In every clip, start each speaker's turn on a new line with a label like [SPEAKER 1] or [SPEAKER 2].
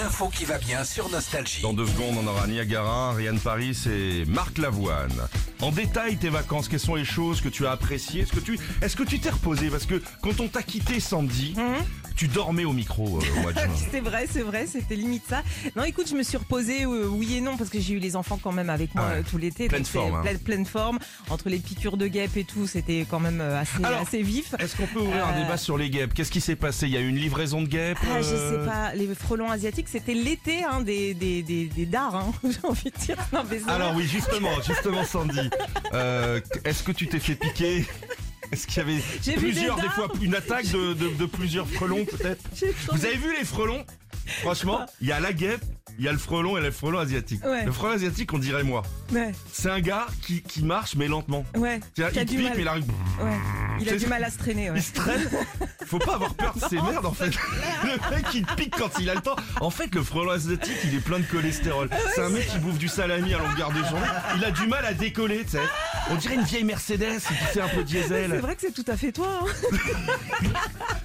[SPEAKER 1] L'info qui va bien sur Nostalgie.
[SPEAKER 2] Dans deux secondes, on aura Niagara, Ryan Paris et Marc Lavoine. En détail, tes vacances, quelles sont les choses que tu as appréciées Est-ce que tu est-ce que tu t'es reposé Parce que quand on t'a quitté samedi,
[SPEAKER 3] Mhm.
[SPEAKER 2] tu dormais au micro euh, au mois de juin.
[SPEAKER 3] C'est vrai, c'est vrai, c'était limite ça. Non, écoute, je me suis reposée, euh, oui et non, parce que j'ai eu les enfants quand même avec moi
[SPEAKER 2] Ah ouais.
[SPEAKER 3] euh, tout l'été.
[SPEAKER 2] Pleine
[SPEAKER 3] donc c'est
[SPEAKER 2] forme, hein.
[SPEAKER 3] Pleine, pleine forme. Entre les piqûres de guêpes et tout, c'était quand même euh, assez,
[SPEAKER 2] Alors,
[SPEAKER 3] assez vif.
[SPEAKER 2] Est-ce qu'on peut ouvrir un
[SPEAKER 3] Euh,
[SPEAKER 2] débat sur les guêpes Qu'est-ce qui s'est passé Il y a eu une livraison de guêpes
[SPEAKER 3] Ah, je
[SPEAKER 2] euh,
[SPEAKER 3] sais pas, les frelons asiatiques, c'était l'été hein, des, des, des, des dards, hein, j'ai envie de dire. Non, mais c'est
[SPEAKER 2] Alors oui, justement, justement Sandy, euh, est-ce que tu t'es fait piquer Est-ce qu'il y avait
[SPEAKER 3] J'ai vu
[SPEAKER 2] plusieurs,
[SPEAKER 3] des
[SPEAKER 2] des
[SPEAKER 3] dards.
[SPEAKER 2] fois, une attaque de, de- de plusieurs frelons peut-être
[SPEAKER 3] j'ai trop-
[SPEAKER 2] Vous avez vu les frelons Franchement, il y a la guêpe, il y a le frelon et le frelon asiatique.
[SPEAKER 3] Ouais.
[SPEAKER 2] Le frelon asiatique, on dirait moi.
[SPEAKER 3] Ouais,
[SPEAKER 2] C'est un gars qui, qui marche mais lentement.
[SPEAKER 3] ouais.
[SPEAKER 2] C'est-à-dire,
[SPEAKER 3] qui a
[SPEAKER 2] il te
[SPEAKER 3] du
[SPEAKER 2] pique
[SPEAKER 3] mal.
[SPEAKER 2] mais il arrive.
[SPEAKER 3] Ouais, il a
[SPEAKER 2] C'est-
[SPEAKER 3] du mal à se traîner. Ouais.
[SPEAKER 2] Il se traîne. Faut pas avoir peur de ces merdes en fait. Le mec il pique quand il a le temps. En fait, le frelon asiatique il est plein de cholestérol.
[SPEAKER 3] Ah
[SPEAKER 2] C'est un mec qui bouffe du salami à longueur de journée. Il a du mal à décoller, tu sais. On dirait une vieille Mercedes qui fait un peu
[SPEAKER 3] C'est
[SPEAKER 2] diesel.
[SPEAKER 3] vrai que c'est tout à fait toi. hein.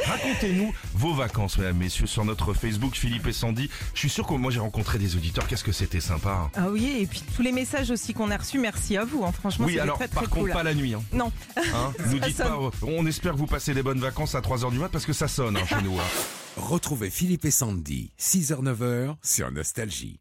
[SPEAKER 2] Racontez-nous vos vacances, mesdames, messieurs, sur notre Facebook Philippe et Sandy. Je suis sûr que moi j'ai rencontré des auditeurs. Qu'est-ce que c'était sympa. hein.
[SPEAKER 3] Ah oui, et puis tous les messages aussi qu'on a reçus, merci à vous. Hein. Franchement,
[SPEAKER 2] Oui,
[SPEAKER 3] c'était
[SPEAKER 2] alors
[SPEAKER 3] très très
[SPEAKER 2] par
[SPEAKER 3] cool.
[SPEAKER 2] contre pas la nuit. Hein.
[SPEAKER 3] Non.
[SPEAKER 2] Hein, Nous
[SPEAKER 3] Ça
[SPEAKER 2] dites pas. On espère que vous passez des bonnes vacances à 3h du mat parce que ça sonne hein, chez nous. hein.
[SPEAKER 1] Retrouvez Philippe et Sandy, 6h-9h sur Nostalgie.